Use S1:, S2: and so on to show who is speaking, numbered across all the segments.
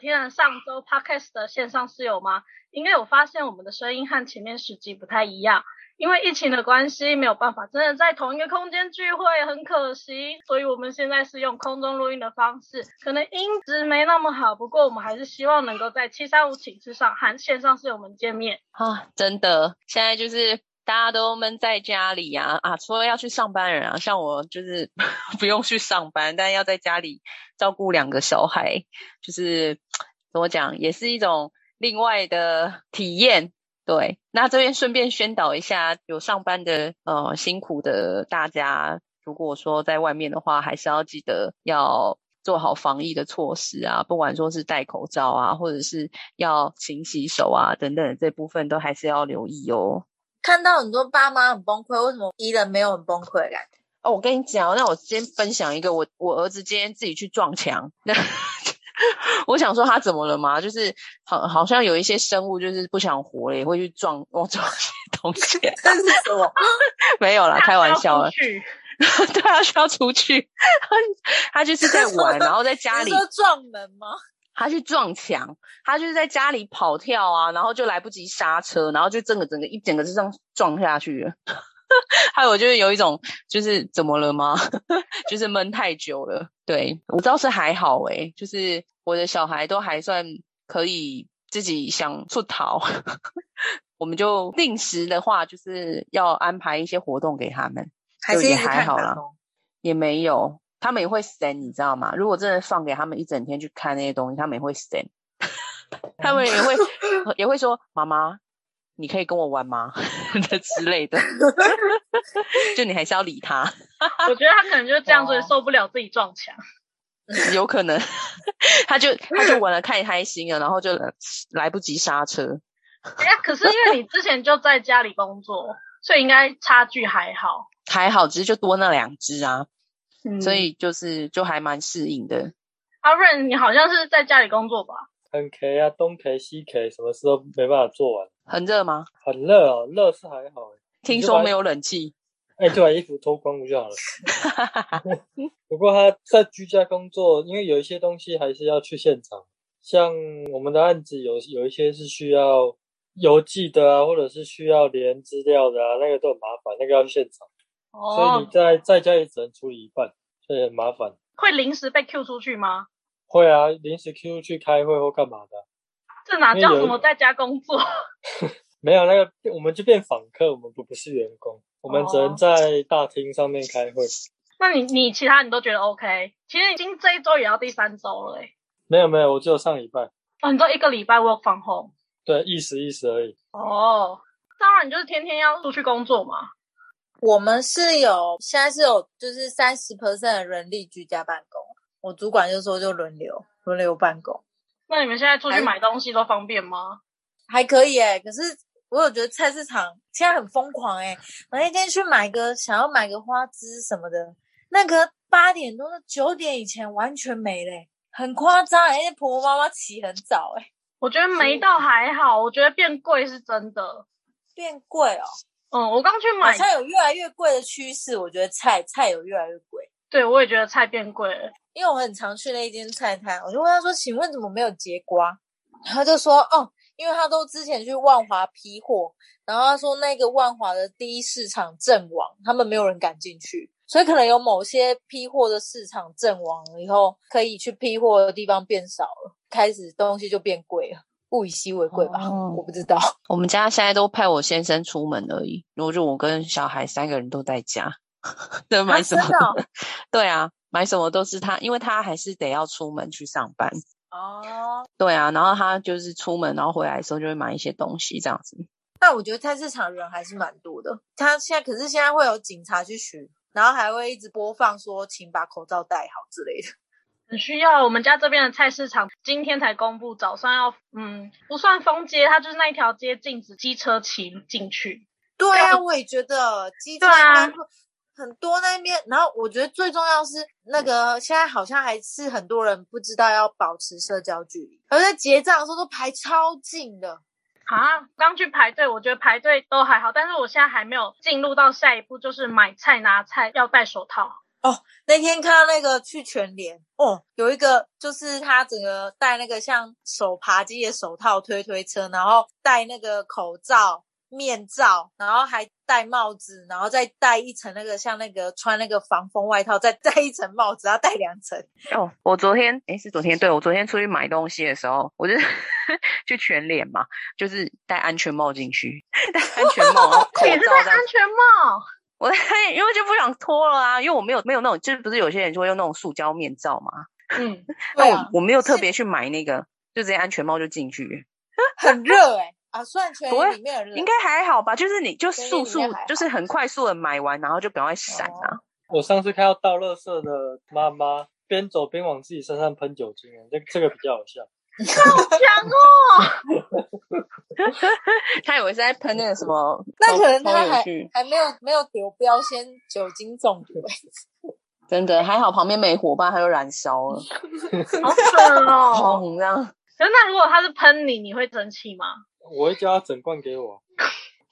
S1: 天然上周 Podcast 的线上室友吗？应该有发现我们的声音和前面十集不太一样，因为疫情的关系，没有办法真的在同一个空间聚会，很可惜。所以我们现在是用空中录音的方式，可能音质没那么好，不过我们还是希望能够在七三五寝室上和线上室友们见面。
S2: 啊，真的，现在就是大家都闷在家里呀、啊，除了要去上班的人啊，像我就是 不用去上班，但要在家里照顾两个小孩，就是怎么讲，也是一种另外的体验。对，那这边顺便宣导一下，有上班的呃辛苦的大家，如果说在外面的话，还是要记得要做好防疫的措施啊，不管说是戴口罩啊，或者是要勤洗手啊等等的这部分，都还是要留意哦。
S3: 看到很多爸妈很崩溃，为什么伊人没有很崩溃的感觉？
S2: 哦，我跟你讲，那我先分享一个，我我儿子今天自己去撞墙，那 我想说他怎么了嘛？就是好好像有一些生物就是不想活了，也会去撞往撞一些东西。
S3: 这是什 么？
S2: 没有啦， 开玩笑
S1: 大
S2: 啊了
S1: 家要出。去
S2: 对，他需要出去， 他他就是在玩，然 后在家
S3: 你
S2: 里
S3: 是说撞门吗？
S2: 他去撞墙，他就是在家里跑跳啊，然后就来不及刹车，然后就整个整个一整个就这样撞下去了。 还有就是有一种就是怎么了吗？ 就是闷太久了。对我倒是还好诶、就是我的小孩都还算可以自己想出逃。 我们就定时的话，就是要安排一些活动给他们。
S3: 还是一
S2: 也
S3: 直
S2: 还
S3: 看
S2: 好
S3: 卡
S2: 啦
S3: 通？
S2: 也没有，他们也会神，你知道吗？如果真的放给他们一整天去看那些东西，他们也会 神，他们也会也会说：“妈妈，你可以跟我玩吗？” 的之类的， 就你还是要理他，
S1: 我觉得他可能就是这样，所以
S2: 哦
S1: 受不了自己撞 墙。
S2: 有可能他就他就玩的太开心了，然后就来来不及刹车。
S1: 哎呀，可是因为你之前就在家里工作，所以应该差距还好。
S2: 还好，只是就多那两只啊，
S1: 嗯
S2: 所以就是就还蛮适应的。
S1: 阿润，啊你好像是在家里工作吧？
S4: 很 K 啊，东 K 西 K，什么事都没办法做完。
S2: 很热吗？
S4: 很热哦，热是还好欸，
S2: 听
S4: 就
S2: 说
S4: 把
S2: 没有冷气，
S4: 哎、就把衣服脱光不就好了？ 不过他在居家工作，因为有一些东西还是要去现场，像我们的案子有有一些是需要邮寄的啊，或者是需要连资料的啊，那个都很麻烦，那个要去现场，所以你
S1: 哦，
S4: 在在家也只能处理一半，所以很麻烦。
S1: 会临时被 Q 出去吗？
S4: 会啊，临时 Q 去开会或干嘛的啊、
S1: 这哪叫
S4: 因为有
S1: 什么在家工作？
S4: 没有那个，我们就变访客，我们不不是员
S2: 哦
S4: 工，我们只能在大厅上面开会。
S1: 那你你其他你都觉得 OK？其实已经这一周也要第三周了哎、
S4: 没有没有，我只有上礼拜，
S1: 哦，你都一个礼拜 work from home。
S4: 对，意思意思而已。
S1: 哦，当然你就是天天要出去工作嘛。
S3: 我们是有现在是有就是三十 percent 的人力居家办公，我主管就说就轮流轮流办公，
S1: 那你们现在出去
S3: 还
S1: 买东西都方便吗？
S3: 还可以哎、可是我有觉得菜市场现在很疯狂哎、我那天去买个想要买个花枝什么的，那个八点多到九点以前完全没嘞、很夸张哎、那婆婆妈妈起很早哎、
S1: 我觉得没到还好，我觉得变贵是真的。
S3: 变贵哦，
S1: 嗯，我刚去
S3: 好
S1: 买，
S3: 像有越来越贵的趋势，我觉得菜菜有越来越贵。
S1: 对我也觉得菜变贵了。
S3: 因为我很常去那一间菜摊，我就问他说：“请问怎么没有节瓜？”他就说：“哦，因为他都之前去万华批货，然后他说那个万华的第一市场阵亡，他们没有人敢进去，所以可能有某些批货的市场阵亡了以后，可以去批货的地方变少了，开始东西就变贵了。物以稀为贵吧，
S2: 哦
S3: 我不知道。
S2: 我们家现在都派我先生出门而已，然后就我跟小孩三个人都在家， 那买什么？
S3: 真的哦
S2: 对啊，买什么都是他，因为他还是得要出门去上班。
S3: 哦，
S2: 对啊，然后他就是出门，然后回来的时候就会买一些东西这样子。
S3: 但我觉得菜市场人还是蛮多的。他现在可是现在会有警察去巡，然后还会一直播放说请把口罩戴好之类的。
S1: 很需要。我们家这边的菜市场今天才公布，早上要嗯，不算封街，它就是那一条街禁止机车骑进去。
S3: 对
S1: 对
S3: 啊，
S1: 啊
S3: 我也觉得机车
S1: 对啊
S3: 应该会很多那边，然后我觉得最重要是那个现在好像还是很多人不知道要保持社交距离，而在结账的时候都排超近的。
S1: 啊，刚去排队，我觉得排队都还好，但是我现在还没有进入到下一步，就是买菜拿菜要戴手套。
S3: 那天看到那个去全联哦，有一个就是他整个戴那个像手扒鸡的手套推推车，然后戴那个口罩、面罩，然后还戴帽子，然后再戴一层那个像那个穿那个防风外套，再戴一层帽子，要戴两层。
S2: 哦，我昨天诶是昨天，对我昨天出去买东西的时候，我就是 去全脸嘛，就是戴安全帽进去，戴安全帽，然后口
S1: 你是
S2: 罩
S1: 戴
S2: 这样
S1: 安全帽，
S2: 我在，因为就不想脱了啊，因为我没有没有那种，就是不是有些人就会用那种塑胶面罩嘛，
S1: 嗯，
S3: 对
S2: 但
S3: 啊，
S2: 我我没有特
S3: 是
S2: 别去买那个，就直接安全帽就进去，
S3: 很热哎、啊，虽然全
S2: 不会
S3: 联里面很热，
S2: 应该还好吧？就是你就
S3: 对
S2: 速
S3: 那里
S2: 速
S3: 面还，好哦
S2: 就是很快速的买完，然后就赶快闪啊。
S4: 我上次看到倒垃圾的妈妈边走边往自己身上喷酒精，啊这这个比较好笑。
S1: 强哦，
S2: 他以为是在喷那个什么，
S3: 那可能
S2: 超
S3: 他
S2: 超有
S3: 还
S2: 趣
S3: 还没有没有丢标签酒精中毒、欸，
S2: 真的还好旁边没火，不然他就燃烧了，
S1: 啊好准 哦。
S2: 砰这样。
S1: 可是那如果他是喷你，你会生气吗？
S4: 我会叫他整罐给我，啊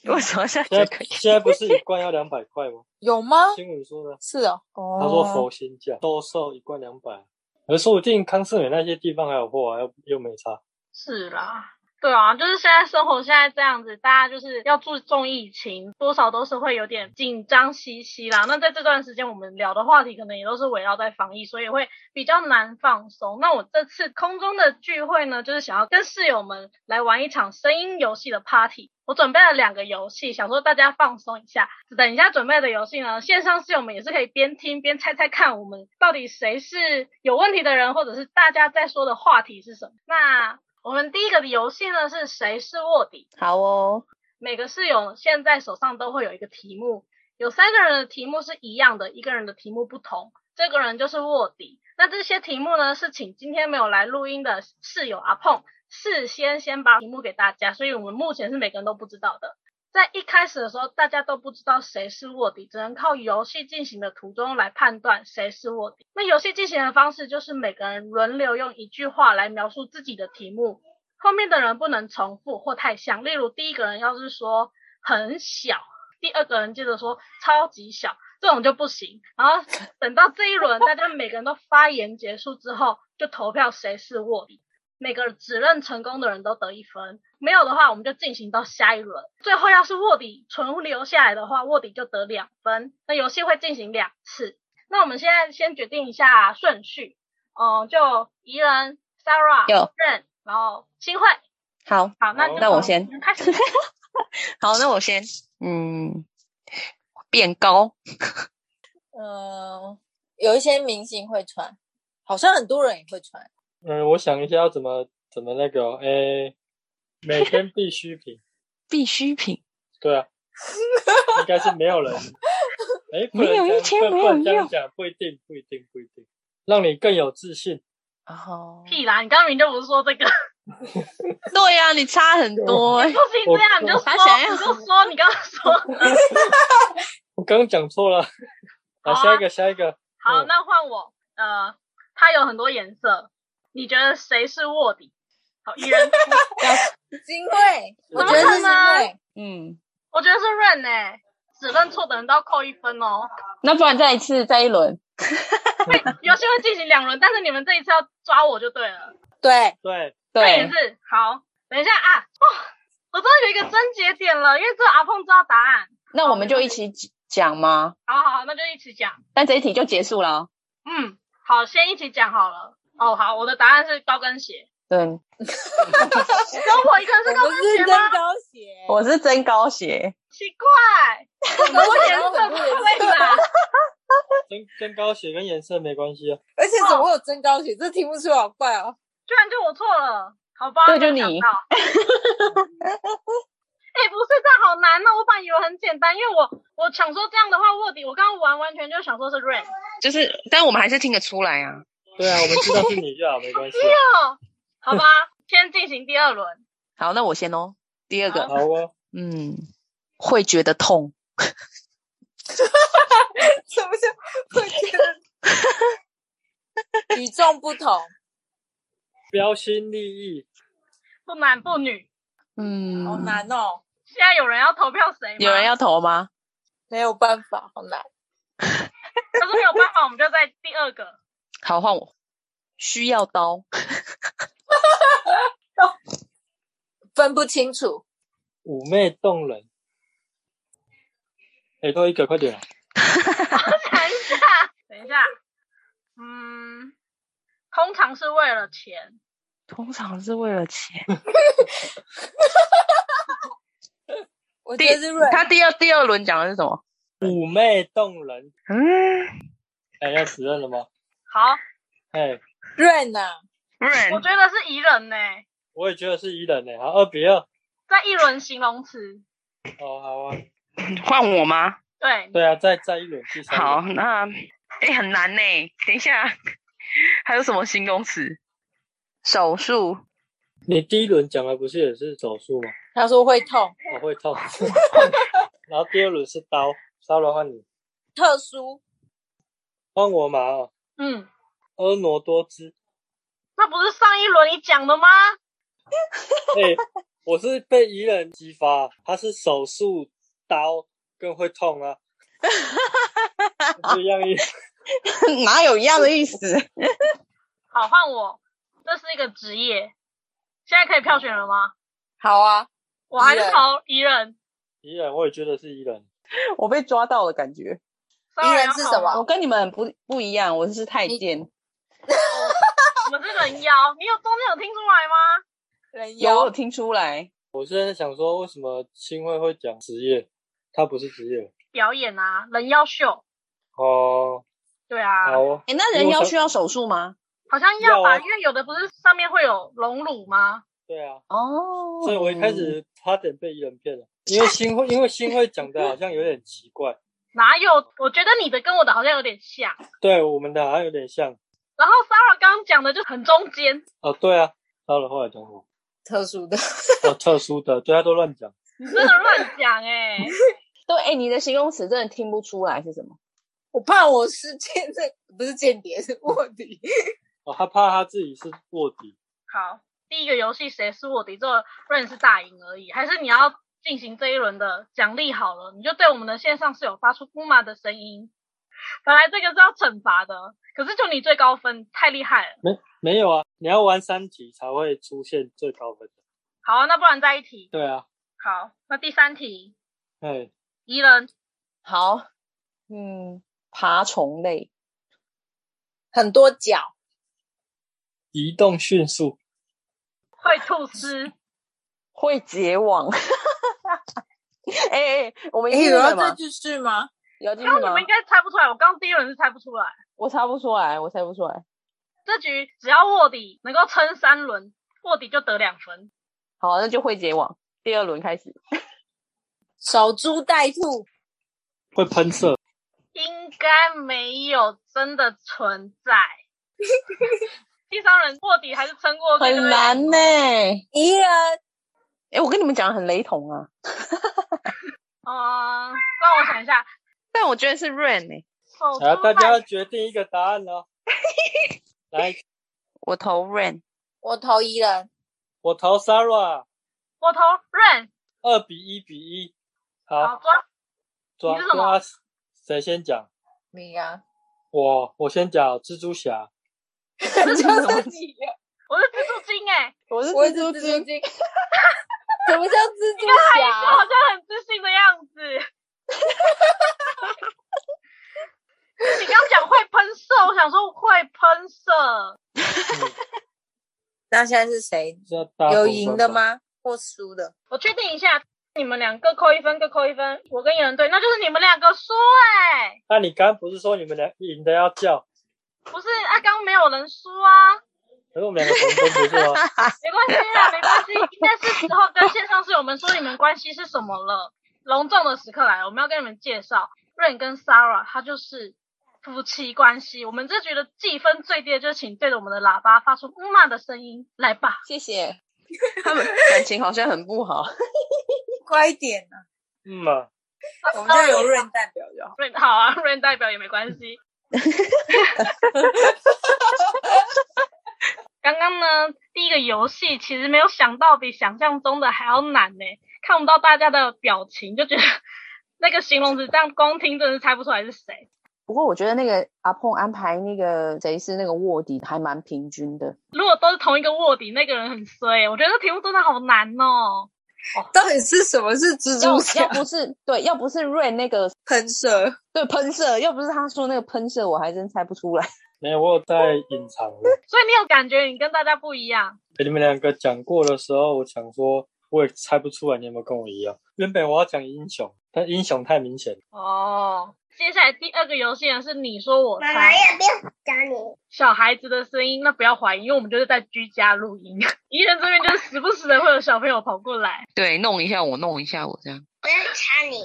S2: 为什么现
S4: 现
S2: 在就
S4: 在
S2: 可以？
S4: 现在不是一罐要两百块吗？
S3: 有吗？
S4: 新闻说的，
S3: 是哦，哦，
S4: 他说佛心价，都售一罐两百，而说不定康世美那些地方还有货啊，又又没差。
S1: 是啦，对啊，就是现在生活现在这样子，大家就是要注重疫情，多少都是会有点紧张兮兮啦。那在这段时间，我们聊的话题可能也都是围绕在防疫，所以会比较难放松。那我这次空中的聚会呢，就是想要跟室友们来玩一场声音游戏的 party。我准备了两个游戏，想说大家放松一下。等一下准备的游戏呢，线上室友们也是可以边听边猜猜看，我们到底谁是有问题的人，或者是大家在说的话题是什么。那我们第一个的游戏呢是谁是卧底？
S2: 好哦，
S1: 每个室友现在手上都会有一个题目，有三个人的题目是一样的，一个人的题目不同，这个人就是卧底。那这些题目呢，是请今天没有来录音的室友阿碰事先先把题目给大家，所以我们目前是每个人都不知道的。在一开始的时候，大家都不知道谁是卧底，只能靠游戏进行的途中来判断谁是卧底。那游戏进行的方式就是每个人轮流用一句话来描述自己的题目，后面的人不能重复或太像。例如，第一个人要是说很小，第二个人接着说超级小，这种就不行。然后等到这一 轮大家每个人都发言结束之后，就投票谁是卧底。每个指认成功的人都得一分，没有的话我们就进行到下一轮。最后要是卧底存留下来的话，卧底就得两分。那游戏会进行两次。那我们现在先决定一下顺序，嗯、就宜人、Sarah、
S2: 有
S1: 任，然后新会。
S2: 好，
S1: 好，那
S4: 好
S1: 就
S2: 那我
S1: 从
S2: 先
S1: 你开始。
S2: 好，那我先，嗯，变高，
S3: 嗯、有一些明星会穿，好像很多人也会穿。
S4: 嗯，我想一下要怎么怎么那个哦，哎，每天必需品，
S2: 必需品，
S4: 对 啊，应该是没有人，哎，不
S2: 没有
S4: 能
S2: 一
S4: 这
S2: 天
S4: 样，不
S2: 没
S4: 不能
S2: 有
S4: 这样
S2: 用，
S4: 讲，不一定，不一定，不一定，让你更有自信。
S2: 哦，
S1: 屁啦！你刚明就不是说这个，
S2: 对呀、你差很多
S1: 不
S2: 哎、
S1: 行这样，你就说
S2: 他想，要
S1: 你就说，你刚刚说
S4: 我刚刚讲错了，
S1: 好啊
S4: 好，下一个，下一个，
S1: 好，
S4: 嗯
S1: 那换我。呃，它有很多颜色，你觉得谁是卧底？好，一人，
S3: 金惠，我
S1: 怎么
S3: 觉得是
S1: 可
S3: 金
S1: 能
S3: 惠。
S2: 嗯，
S1: 我觉得是润诶、只认错的人都要扣一分哦。
S2: 那不然再一次，再一
S3: 哎
S2: 轮，
S1: 游戏会进行两轮，但是你们这一次要抓我就对了。
S3: 对，
S4: 对，
S1: 那也
S2: 对，
S1: 是好，等一下啊，哦，我终于有一个症结点了，因为只有阿碰知道答案。
S2: 那我们就一起讲吗？
S1: 好好好，那就一起讲。
S2: 但这一题就结束了。哦
S1: 嗯，好，先一起讲好了。哦，好，我的答案是高跟鞋。
S2: 对，
S1: 只有我一个人是高
S3: 我
S1: 跟
S3: 们是
S1: 鞋
S3: 真
S1: 吗？
S3: 高鞋。
S2: 我是真高鞋，
S1: 奇怪，很多颜色对啦。
S4: 增增高血跟颜色没关系啊。
S3: 而且怎么会有增高鞋？这听不出来，好怪哦。
S1: 居然就我错了，好吧？
S2: 对就
S1: 没有想
S2: 你
S1: 到哎、不是，这好难哦！我本来以为很简单，因为我我想说这样的话，卧底我刚刚玩完全就想说是 rain，
S2: 就是，但我们还是听得出来啊。
S4: 对啊，我们知道是你就好，没 关系啊。
S1: 哦，好吧，先进行第二轮。
S2: 好，那我先哦。第二
S1: 好
S2: 个，
S4: 好哦，
S2: 嗯，会觉得痛，
S3: 什么叫我觉得与众不同？
S4: 标新立异，
S1: 不男不女，
S2: 嗯，
S3: 好。难哦，
S1: 现在有人要投票谁吗？
S2: 有人要投吗？
S3: 没有办法，好难。
S1: 要是没有办法，我们就在第二个。
S2: 好，换我。需要刀，
S3: 分不清楚。
S4: 妩媚动人。哎，多一个，快点啊！
S1: 等一下，等一下，嗯，通常是为了钱，
S2: 通常是为了钱。
S3: 我
S2: 第嗯
S3: 觉得是瑞，
S2: 他第二第二轮讲的是什么？
S4: 妩媚动人，
S2: 嗯，
S4: 哎，要指认了吗？
S1: 好，
S4: 哎，
S3: 瑞呐，
S1: 我
S2: 人
S1: 觉得是宜人呢、
S4: 我也觉得是宜人呢。好，二比二。
S1: 在一轮形容词，
S4: 哦，好啊。
S2: 换我吗？
S1: 对，
S4: 对啊，再再一轮，第三轮。
S2: 好，那哎、诶很难呢、等一下，还有什么形容词？手术
S4: 你第一轮讲的不是也是手术吗？
S3: 他说会痛，
S4: 我会痛。然后第二轮是刀，刀的话你
S3: 特殊
S4: 换我嘛、哦，
S1: 嗯，
S4: 婀娜多姿。
S1: 这不是上一轮你讲的吗？
S4: 哎、我是被宜人激发，啊他是手术刀更会痛啊，不一样意思。
S2: 哪有一样的意思？
S1: 好，换我，这是一个职业，现在可以票选了吗？
S3: 好啊，
S1: 我还
S3: 宜
S1: 是
S3: 人
S1: 投宜人，
S4: 宜人我也觉得是宜人，
S2: 我被抓到了，感觉
S1: 宜
S3: 人是什么
S2: 我跟你们不不一样，我是太监。
S1: 我们是人妖，你有中间有听出来吗？
S3: 人
S2: 有我有
S3: 妖
S2: 听出来，
S4: 我现在想说为什么新会会讲职业，他不是职业
S1: 表演啊，人妖秀，
S4: 哦，
S1: 对啊，
S4: 好哦，
S2: 哎、那
S4: 人妖需
S2: 需要手术吗？
S1: 好像要吧，
S4: 要啊
S1: 因为有的不是上面会有隆乳吗？
S4: 对啊，
S2: 哦，
S4: 所以我一开始差点被宜人骗了，因为新会因为新会讲的好像有点奇怪，
S1: 哪有？我觉得你的跟我的好像有点像。
S4: 对我们的好像有点像
S1: 然后 Sarah 刚刚讲的就很中间，
S4: 哦，对啊，到了后来讲我
S3: 特殊的，
S4: 哦特殊的，对他都乱讲，
S1: 你真的乱讲哎、
S2: 对，哎、你的形容词真的听不出来是什么？
S3: 我怕我是间这不是间谍是卧底，
S4: 哦他怕他自己是卧底，
S1: 好，第一个游戏谁是卧底，这个 Rain 是大赢而已，还是你要进行这一轮的奖励好了？你就对我们的线上室友发出姑妈的声音。本来这个是要惩罚的，可是就你最高分，太厉害了。
S4: 没没有啊，你要玩三题才会出现最高分。
S1: 好啊，那不然再一题。
S4: 对啊，
S1: 好，那第三题，
S4: 哎，
S1: 宜人
S2: 好，嗯，爬虫类，
S3: 很多脚，
S4: 移动迅速，
S1: 会吐丝，
S2: 会结网。 哎、哎、我们已
S3: 哎，
S2: 经
S3: 有
S2: 进
S3: 要
S2: 了
S3: 再
S2: 吗？
S3: 继续吗？
S2: 有进
S1: 刚啊刚
S2: 去
S1: 你
S2: 吗
S1: 们应？该猜不出来，我刚刚第一轮是猜不出来。
S2: 我猜不出来，我猜不出来。
S1: 这局只要卧底能够撑三轮，卧底就得两分。
S2: 好，那就会结网。第二轮开始，
S3: 守株待兔，
S4: 会喷射，
S1: 应该没有真的存在。 第三轮卧底还是撑过去，对不
S2: 很
S1: 对
S2: 难呢、诶
S3: 宜人
S2: 哎、我跟你们讲很雷同啊，
S1: 嗯，让我想一下，
S2: 但我觉得是 Rain 诶、
S1: 守株
S4: 然后大家要
S1: 待
S4: 决定一个答案了。来，
S2: 我投 Rain。
S3: 我投宜人，
S4: 我投 Sarah，
S1: 我投 Rain，
S4: 二比一比一，
S1: 好
S4: 好，
S1: 抓
S4: 抓
S1: 你是什么
S4: 抓，谁先讲？
S3: 你 呀，
S4: 我我先讲蜘蛛侠，
S3: 就是你呀，
S1: 我是蜘蛛精哎、
S2: 我是
S3: 我也
S2: 蜘
S3: 是
S2: 蛛
S3: 蜘
S2: 精
S3: 蛛，精， 什么叫蜘蛛
S1: 我
S3: 侠？
S1: 好像很自信的样子。你刚讲会喷射，我想说会喷射，
S4: 嗯
S3: 那现在是谁？
S4: 是要搭
S3: 有
S4: 什么
S3: 赢
S4: 分
S3: 的
S4: 吧？
S3: 吗？或输的？
S1: 我确定一下，你们两个扣一分，各扣一分，我跟野人对，那就是你们两个输哎、
S4: 那你刚刚不是说你们俩赢的要叫？
S1: 不是啊，刚刚没有人输啊，
S4: 可是我们两个同分不是 吗？
S1: 没关系啦，没关系。应该是时候跟线上室友们说你们关系是什么了。隆重的时刻来了，我们要跟你们介绍，Rain 跟 Sarah 他就是夫妻关系。我们这局的计分最低的就是请对着我们的喇叭发出嗯嘛的声音来吧。
S2: 谢谢。他们感情好像很不好，
S3: 快点啊！
S4: 嗯嘛，
S3: 我们家有润代表就 好。
S1: Rain 好啊，Rain 代表也没关系。刚刚呢，第一个游戏其实没有想到比想象中的还要难呢、看不到大家的表情，就觉得那个形容词这样光听真的是猜不出来是谁。
S2: 不过我觉得那个阿碰安排那个谁是那个卧底，还蛮平均的。
S1: 如果都是同一个卧底，那个人很衰。我觉得这题目真的好难哦。
S3: 到底是什么是蜘
S2: 要
S3: 蛛
S2: 要
S3: 侠
S2: 不是对，要不是瑞那个
S3: 喷射？
S2: 对喷射，要不是他说那个喷射，我还真猜不出来。
S4: 没有，我有在隐藏了。
S1: 所以你有感觉你跟大家不一样，
S4: 给你们两个讲过的时候，我想说我也猜不出来你有没有跟我一样。原本我要讲英雄，但英雄太明显了。
S1: 哦，接下来第二个游戏人是你说我
S5: 妈妈
S1: 猜
S5: 要不要找你？
S1: 小孩子的声音，那不要怀疑，因为我们就是在居家录音， 宜人这边就是时不时的会有小朋友跑过来。
S2: 对，弄一下我，弄一下我这样。
S5: 我要查你。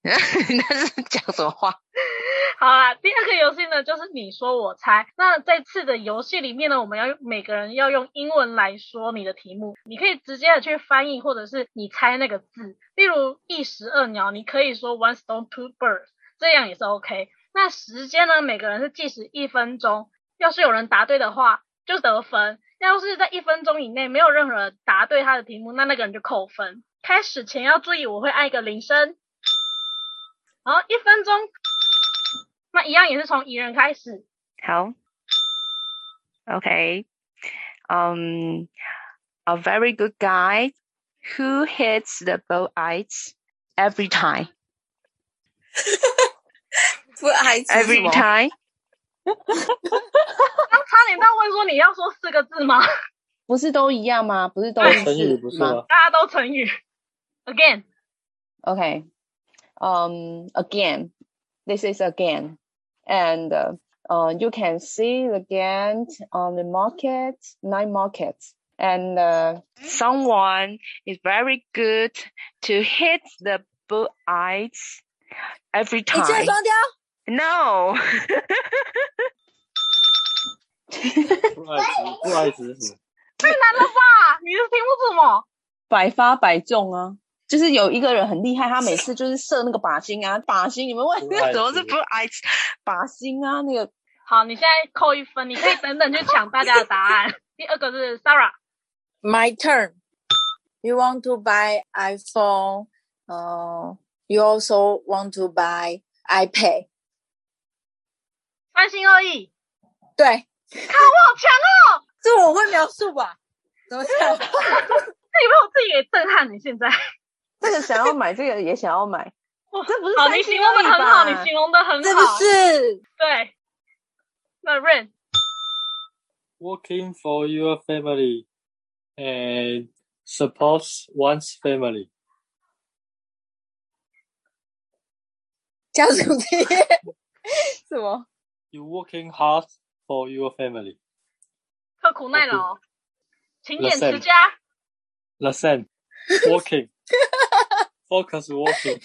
S2: 那是讲什么话？
S1: 好啦，第二个游戏呢就是你说我猜。那这次的游戏里面呢，我们要每个人要用英文来说你的题目，你可以直接的去翻译，或者是你猜那个字。例如一石二鸟，你可以说 one stone two birds，这样也是 OK。那时间呢，每个人是计时一分钟，要是有人答对的话就得分，要是在一分钟以内没有任何人答对他的题目，那那个人就扣分。开始前要注意，我会按一个铃声，然后一分钟那一样也是从宜人开始。
S2: 好，OK，嗯、a Um, very good guy who hits the ball eyes every time,
S3: 不还是
S2: every time。
S1: 刚差点到问说你要说四个字吗？
S2: 不是都一样吗？不是都
S1: 对
S2: 一
S4: 成语不
S2: 致
S4: 是
S2: 吗？
S4: 吗？
S1: 大家都成语。Again，
S2: Okay. Um, again, this is again. And uh, uh, you can see the again on the market, night market. And uh, someone is very good to hit the bull eyes every
S3: 一箭
S2: time.
S3: 双雕，
S2: No.
S4: 不爱值，不爱值什么？
S1: 哇，你的题目是什么？
S2: 百发百中啊！就是有一个人很厉害，他每次就是射那个靶心啊，靶心，你们问
S4: 不爱
S2: 怎么是
S4: 心
S2: 不爱靶心啊？那个
S1: 好，你现在扣一分，你可以等等去抢大家的答案。第二个是 Sarah，
S3: My turn. You want to buy iPhone? Uh, you also want to buy iPad?
S1: 三心二意，
S3: 对，
S1: 好强啊！
S3: 哦这我会描述吧？怎么讲？
S1: 自己被我自己给震撼你现在。
S2: 这个想要买，这个也想要买，
S1: 哇
S2: 这不是
S1: 好，
S2: 三
S1: 你
S2: 星
S1: 形容的
S2: 而已
S1: 很好，
S2: 吧
S1: 你形容的很
S3: 是不
S1: 好。
S3: 是？
S1: 对。那 Rain，
S4: working for your family and supports one's family.
S3: 家族企业？ 什么？
S4: You working hard for your family.
S1: 刻苦耐劳，勤俭
S4: The
S1: 持
S4: same
S1: 家。
S4: The same. Working. Focus working.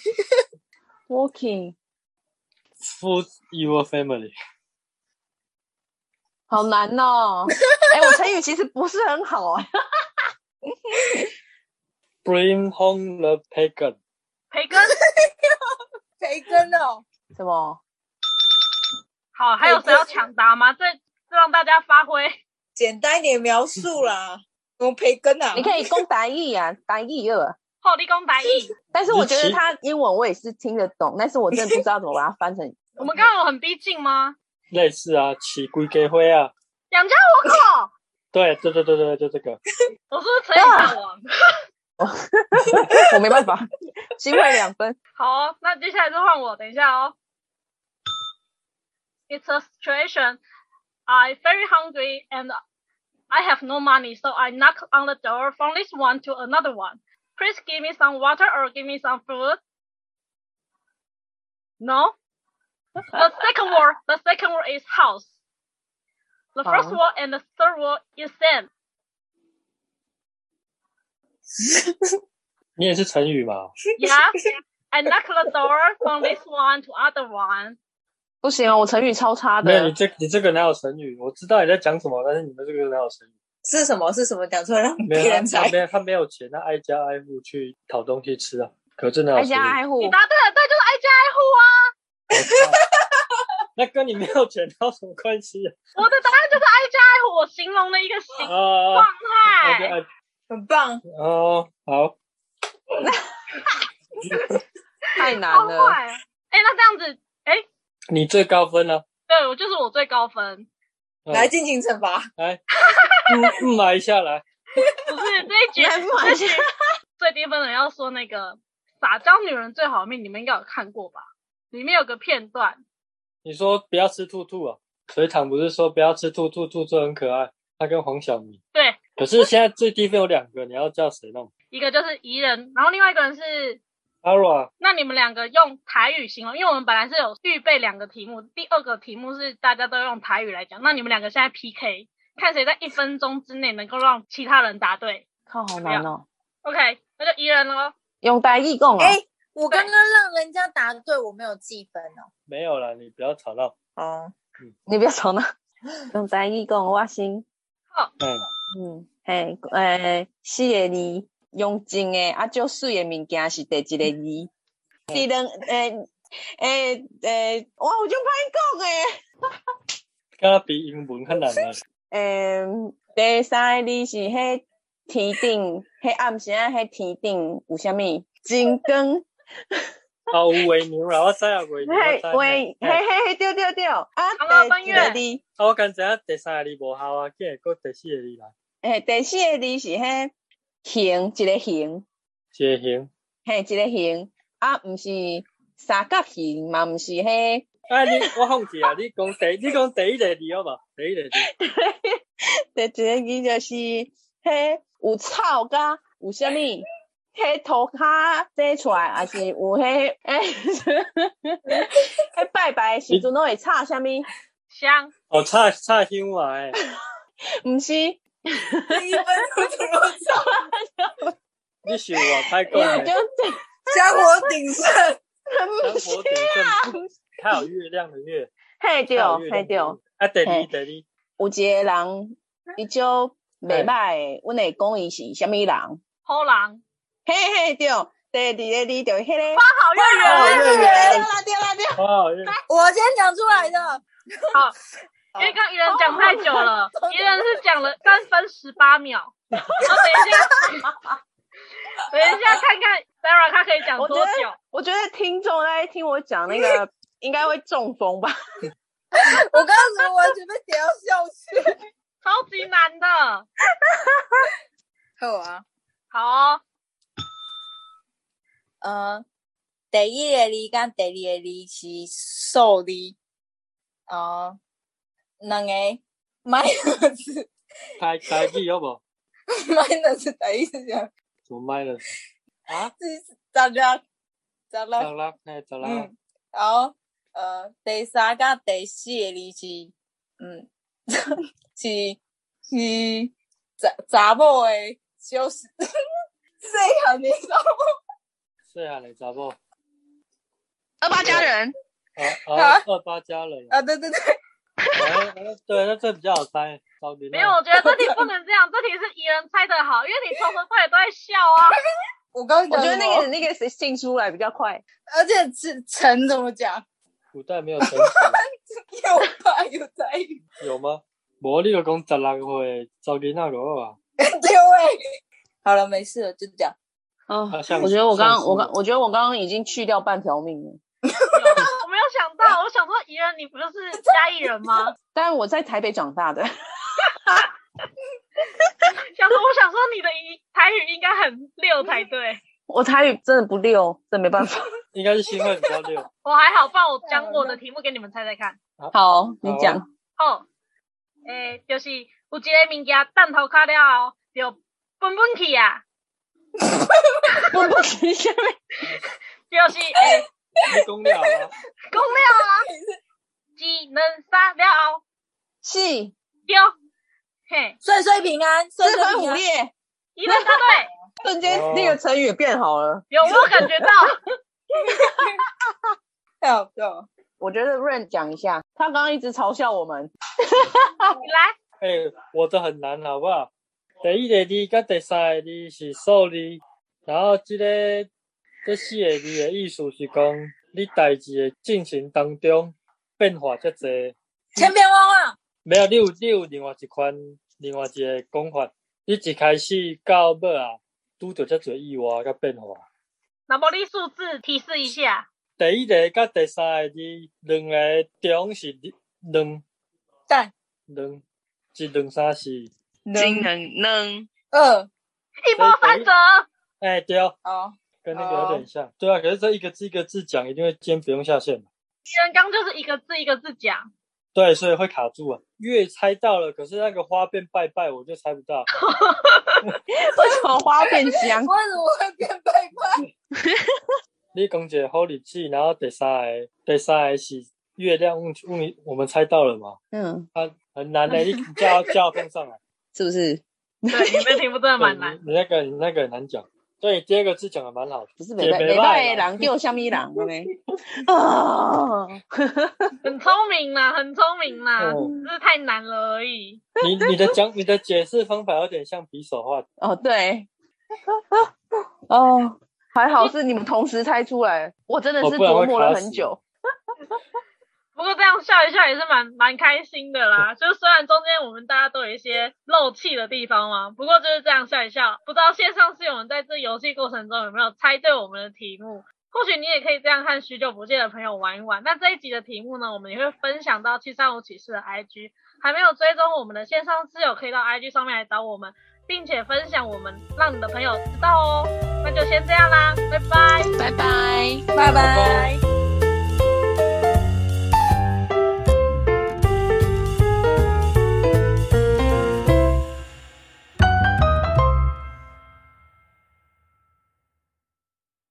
S2: walking，
S4: Food your family.
S2: 好难哦。哎、我成语其实不是很好啊。
S4: Bring home the bacon.
S1: 培根，
S3: 培根哦，
S2: 什么？
S1: 好，还有谁要抢答吗？这这让大家发挥。
S3: 简单一点描述啦。什么培根啊
S2: 你？可以攻达意啊，达意二。
S1: 后立功白意，
S2: 但是我觉
S4: 你
S2: 得
S4: 其
S2: 他英文我也是听得懂，但是我真的不知道怎么把它翻成。
S1: 我们刚刚有很逼近吗？
S4: 类似啊，起龟给灰啊。
S1: 养家糊口，
S4: 对对对对对，就这个。
S1: 我是不是成语大王？
S2: 我没办法， 机会两分。
S1: 好哦、那接下来就换我，等一下哦。It's a situation. I'm very hungry and I have no money, so I knock on the door from this one to another one. Please give me some water or give me some food. No. The second word, the second word is house. The first
S2: House.
S1: word and the third word is sand.
S4: 你也是成语嘛？
S1: Yeah. I knock the door from this one to other one.
S2: 不行哦，我成语超差
S4: 没有，你
S2: 的。
S4: 这你这个哪有成语？我知道你在讲什么，但是你们这个哪有成语？
S3: 是什么？是什么？讲出来让
S4: 没有
S3: 别人
S4: 他他
S3: 猜。
S4: 没有他没有钱，他挨家挨户去讨东西吃啊。可这哪有
S2: 挨
S4: 成语？
S2: 家挨户
S1: 你，答对了，对，就是挨家挨户啊！
S4: 我操那跟你没有钱有什么关系啊？
S1: 我的答案就是挨家挨户，我形容的一个形
S4: 啊
S1: 状
S4: 啊
S1: 态。
S4: 啊
S3: 很棒，
S4: 哦，好，
S2: 太难
S1: 好
S2: 了。
S1: 坏啊。哎，那这样子，哎，
S4: 你最高分了、
S1: 对我就是我最高分，
S4: 嗯
S3: 来进行惩罚。
S4: 来，嗯，买下来，
S1: 不是这一局
S2: 来不完
S1: 这一局最低分的人要说那个撒娇女人最好命，你们应该有看过吧？里面有个片段，
S4: 你说不要吃兔兔啊？水獭不是说不要吃兔兔，兔兔很可爱，它跟黄晓明。
S1: 对，
S4: 可是现在最低分有两个，你要叫谁弄？
S1: 一个就是宜人，然后另外一个人是
S4: 阿 a
S1: 那你们两个用台语形容，因为我们本来是有预备两个题目，第二个题目是大家都用台语来讲，那你们两个现在 PK，看谁在一分钟之内能够让其他人答对。
S2: 靠，好难哦，
S1: OK，那就宜人喽。
S2: 用台语讲啊
S3: 哎、，我刚刚让人家答对，我没有记分哦。
S4: 没有啦，你不要吵闹。
S3: 哦，
S2: 你不要吵闹， 用台语讲我心，
S4: 嗯，
S2: 嗯，嘿，诶，四个字，用真诶，啊，足水诶物件是第一个字，第两，诶，诶，诶，呃哇，我就歹讲诶。
S4: 跟它比英文很难啊。
S2: 诶，呃第三个字是迄天顶，迄暗时啊，迄天顶有啥物？金光，
S4: 啊，有为牛啦，我知啊，为牛。我知
S2: 嘿
S4: 啊
S2: 喂，嘿
S4: 嘿
S2: 嘿嘿，对对对，啊，
S1: 好
S2: 第
S1: 奔
S2: 一
S1: 月
S2: 个字，
S4: 啊，我刚知影第三个字无效啊，竟然搁第四个字来。
S2: 诶，第四个字是迄形，一个形，
S4: 血型。
S2: 嘿，一个形，啊，毋是三角形嘛，毋是迄，
S4: 啊，你我放弃啊，你讲第，你讲第一个字好嘛？第一个字。
S2: 第一个字就是迄有草甲有啥物？迄涂骹挤出来，还是有迄诶，迄拜拜的时阵拢会插啥物？
S1: 香，
S4: 哦，差差香啊！诶，
S2: 毋是，因
S3: 第一分我怎么找？
S4: 你是有啊，太讲
S2: 为就
S4: 诶，
S2: 这
S3: 家火鼎盛，
S4: 香
S2: 毋
S4: 火
S2: 是，
S4: 鼎
S2: 啊
S4: 盛，它有月亮的月，
S2: 嘿对
S4: 它有月
S2: 嘿
S4: 亮的
S2: 对，有。
S4: 月啊，第二
S2: 嘿
S4: 第 二，
S2: 一个人伊就袂歹诶，阮会讲伊是啥物人，
S1: 偷狼，
S2: 嘿嘿对，第二个字就是迄个，
S1: 好月圆。
S3: 哦
S4: 花好月
S2: 对
S4: 圆，
S2: 啦对啦对啦，
S4: 花好月，
S3: 我先讲出来的。
S1: 好，因为刚刚宜人讲太久了，宜人是讲了三分十八秒。然后等一下，等一下看看 Sarah 她可以讲
S2: 我觉
S1: 多
S2: 得
S1: 久。
S2: 我觉得听众在听我讲那个应该会中风吧，
S3: 我刚刚怎么完全被点到笑去？
S1: 超级难的。
S3: 好啊，
S1: 好哦，
S3: 呃，第一个字跟第二个字是数字，呃，两个 minus
S4: 台台语好无？
S3: minus 等于是讲
S4: 什么 minus？啊，
S3: 是咋啦咋
S4: 十
S3: 啦？
S4: 六，嘿，十六，
S3: 嗯，然后呃，第三甲第四个字是，嗯， 是是查查某诶，就是 细汉诶查某，
S4: 细汉的查某，啊
S2: 二八
S4: 佳
S2: 人，
S4: 啊，二八加人，
S3: 啊，对对对，
S4: 哎哎对，那这比较好猜，少年啊
S1: 没有，我觉得这题不能这样，这题是宜人猜的好，因为你从头到尾都在笑啊。
S3: 我刚
S2: 我
S3: 刚
S2: 觉得
S3: 讲
S2: 那
S3: 什
S2: 个
S3: 么，
S2: 那个谁信出来比较快，
S3: 而且是陈怎么讲，
S4: 古代没有成熟，
S3: 又白又台语，
S4: 有吗？无，你就讲十六岁少年那个啊，
S3: 对喂，好了，没事了，就这样，
S2: 哦
S4: 啊像
S2: 我觉得我刚
S4: 像
S2: 刚
S4: 是
S2: 我刚我觉得我刚刚已经去掉半条命了。
S1: 我没有想到，我想说宜人你不就是嘉义人吗？
S2: 但我在台北长大的，
S1: 想说我想说你的宜台语应该很溜才对，
S2: 我台语真的不溜，真没办法。
S4: 应该是新会比较溜。
S1: 我还好，不然我讲我的题目给你们猜猜看。
S2: 好，你
S4: 好啊
S2: 讲，
S1: 哦，诶、就是有一个物件弹头卡了后，就蹦蹦去啊，
S2: 不不行， 下面
S1: 就是诶，
S4: 你讲了啊，
S1: 讲了啊，技能杀了后，
S2: 是
S1: 对，嘿，
S3: 岁岁平安，岁
S2: 四
S3: 岁
S2: 分
S3: 平
S2: 五
S3: 安，
S4: 哦
S2: 裂，
S1: 宜人答对。
S2: 瞬间那个成语变好了。
S1: 有没有感觉到？
S3: 太好笑了，
S2: 我觉得 Rain 讲一下，他刚刚一直嘲笑我们，
S1: 你来，
S4: 哎、我的很难，好不好？第一个字跟第三个字是数字，然后这个这四个字的意思是讲，你代志的进行当中变化较侪。
S3: 千变万化，
S4: 没有，你有你有另外一款，另外一个讲法，你一开始到尾啊，拄着遮侪意外甲变化。
S1: 那么你数字提示一下，
S4: 第第一个甲第三个字，两个中是两
S3: 蛋
S4: 两，一两三四。
S2: 金能能
S3: 二
S1: 一波三折。
S4: 哎，对、哦，
S3: 哦，
S4: 跟那个有点像。对啊，可是这一个字一个字讲，一定会先不用下线嘛。
S1: 人刚就是一个字一个字讲，
S4: 对，所以会卡住啊。越猜到了，可是那个花变拜拜，我就猜 不到。
S2: 为什么花变
S3: 为
S2: 香
S3: 什？么会变拜拜？
S4: 你讲一个好日子，然后第三个，第三个是月亮问问你，我们猜到了嘛？
S2: 嗯，
S4: 啊，很难的、你你 叫他叫他碰上来。
S2: 是不是？
S1: 对，你们题目真的蛮
S4: 对
S1: 难。
S4: 你你那个你那个很难讲。对，第二个字讲的蛮好的，
S2: 不是
S4: 也
S2: 北
S4: 没
S2: 北
S4: 赖
S2: 拜
S4: 啦
S2: 狼丢虾米狼了 没？啊！
S1: 很聪明啦，很聪明啦，
S4: 嗯
S1: 只是太难了而已。
S4: 你你的讲你的解释方法有点像比手画脚。
S2: 哦，对， 哦，还好是你们同时猜出来，我真的
S4: 哦
S2: 是
S4: 不然会
S2: 琢磨了
S4: 卡
S2: 很
S4: 死
S2: 久。
S1: 不过这样笑一笑也是蛮蛮开心的啦。就虽然中间我们大家都有一些漏气的地方嘛，不过就是这样笑一笑。不知道线上室友们在这游戏过程中有没有猜对我们的题目？或许你也可以这样和许久不见的朋友玩一玩。那这一集的题目呢，我们也会分享到七三五启示的 IG，还没有追踪我们的线上室友可以到 IG 上面来找我们，并且分享我们，让你的朋友知道哦。那就先这样啦，拜拜。
S2: 拜拜。
S3: 拜拜。